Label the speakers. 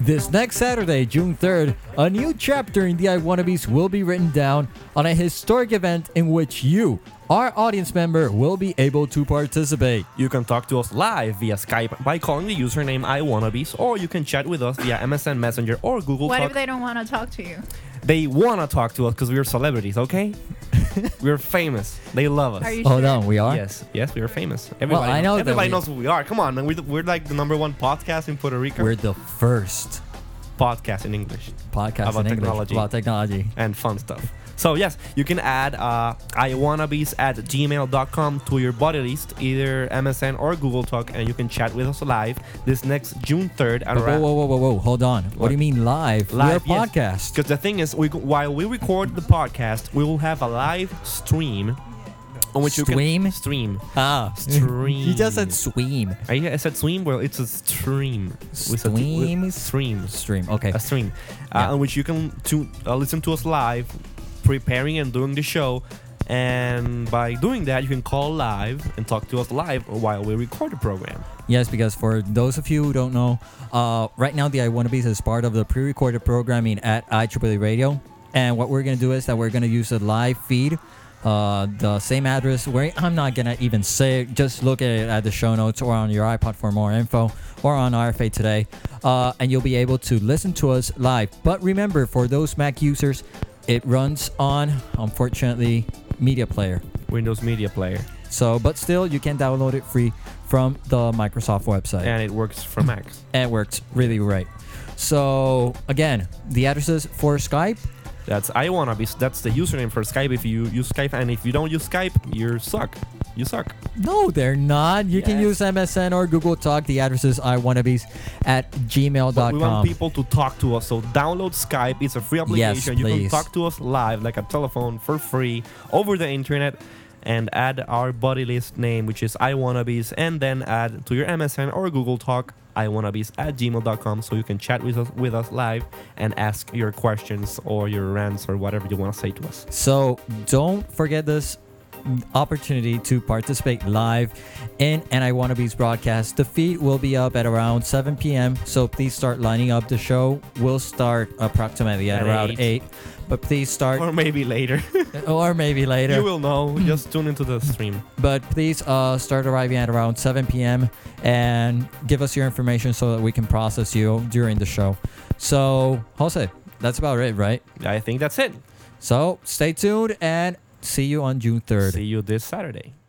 Speaker 1: This next Saturday, June 3rd, a new chapter in the I Wannabes will be written down on a historic event in which you, our audience member, will be able to participate.
Speaker 2: You can talk to us live via Skype by calling the username iWannabes, or you can chat with us via MSN Messenger or Google
Speaker 3: What
Speaker 2: Talk.
Speaker 3: if they don't want to talk to you?
Speaker 2: They wanna talk to us because we're celebrities, okay? we're famous. They love us.
Speaker 3: Are you sure?
Speaker 1: Hold on, we are?
Speaker 2: Yes, yes, we are famous. Everybody,
Speaker 1: I
Speaker 2: knows-
Speaker 1: know that
Speaker 2: everybody
Speaker 1: we-
Speaker 2: knows who we are. Come on, man. We're, the, we're like the number one podcast in Puerto Rico.
Speaker 1: We're the first
Speaker 2: podcast in English
Speaker 1: podcast in
Speaker 2: About
Speaker 1: English
Speaker 2: technology.
Speaker 1: about technology.
Speaker 2: and fun stuff. So yes, you can add uh, iwannabes at gmail.com to your buddy list, either MSN or Google Talk, and you can chat with us live this next June 3rd at
Speaker 1: Whoa, whoa, whoa, whoa, whoa! Hold on. What,
Speaker 2: What?
Speaker 1: do you mean live?
Speaker 2: live
Speaker 1: We're a podcast.
Speaker 2: Because the thing is, we, while we record the podcast, we will have a live stream on which you
Speaker 1: Stream?
Speaker 2: can stream.
Speaker 1: Ah,
Speaker 2: Stream.
Speaker 1: he just said swim.
Speaker 2: I, I said stream. Well, it's a stream. We said-
Speaker 1: Stream?
Speaker 2: Stream.
Speaker 1: Stream. Okay.
Speaker 2: a stream uh,
Speaker 1: Yeah.
Speaker 2: on which you can to uh, listen to us live preparing and doing the show and by doing that you can call live and talk to us live while we record the program
Speaker 1: Yes, because for those of you who don't know, uh, right now the I Wanna Bees is part of the pre-recorded programming at IEEE Radio, and what we're gonna do is that we're gonna use a live feed, uh, the same address. Where I'm not gonna even say it. Just look at it at the show notes or on your iPod for more info, or on RFA today, uh, and you'll be able to listen to us live. But remember, for those Mac users, it runs on, unfortunately, Media Player.
Speaker 2: windows media player
Speaker 1: So, but still, you can download it free from the Microsoft website
Speaker 2: and it works for mac
Speaker 1: it worked really right. So again, the addresses for Skype.
Speaker 2: that's i wanna be that's the username for skype if you use skype and if you don't use skype you suck you suck
Speaker 1: No, they're not. You can use
Speaker 2: Yes.
Speaker 1: MSN or Google Talk. The addresses I wannabes at
Speaker 2: but we want
Speaker 1: gmail.com.
Speaker 2: people to talk to us so download skype it's a free application you can
Speaker 1: please.
Speaker 2: talk to us live like a telephone for free over the internet and add our buddy list name which is iwannabes and then add to your msn or google talk iwannabes at gmail.com so you can chat with us with us live and ask your questions or your rants or whatever you want to say to us
Speaker 1: So don't forget this opportunity to participate live in and I wannabes broadcast. The feed will be up at around 7 p.m. So please start lining up. The show will start approximately at,
Speaker 2: At
Speaker 1: around 8.
Speaker 2: eight.
Speaker 1: But please start,
Speaker 2: or maybe later
Speaker 1: or maybe later.
Speaker 2: you will know just tune into the stream
Speaker 1: but please uh, start arriving at around 7 p.m. and give us your information so that we can process you during the show. So, Jose, that's about it, right?
Speaker 2: i think that's it
Speaker 1: So, stay tuned and see you on June 3rd.
Speaker 2: see you this saturday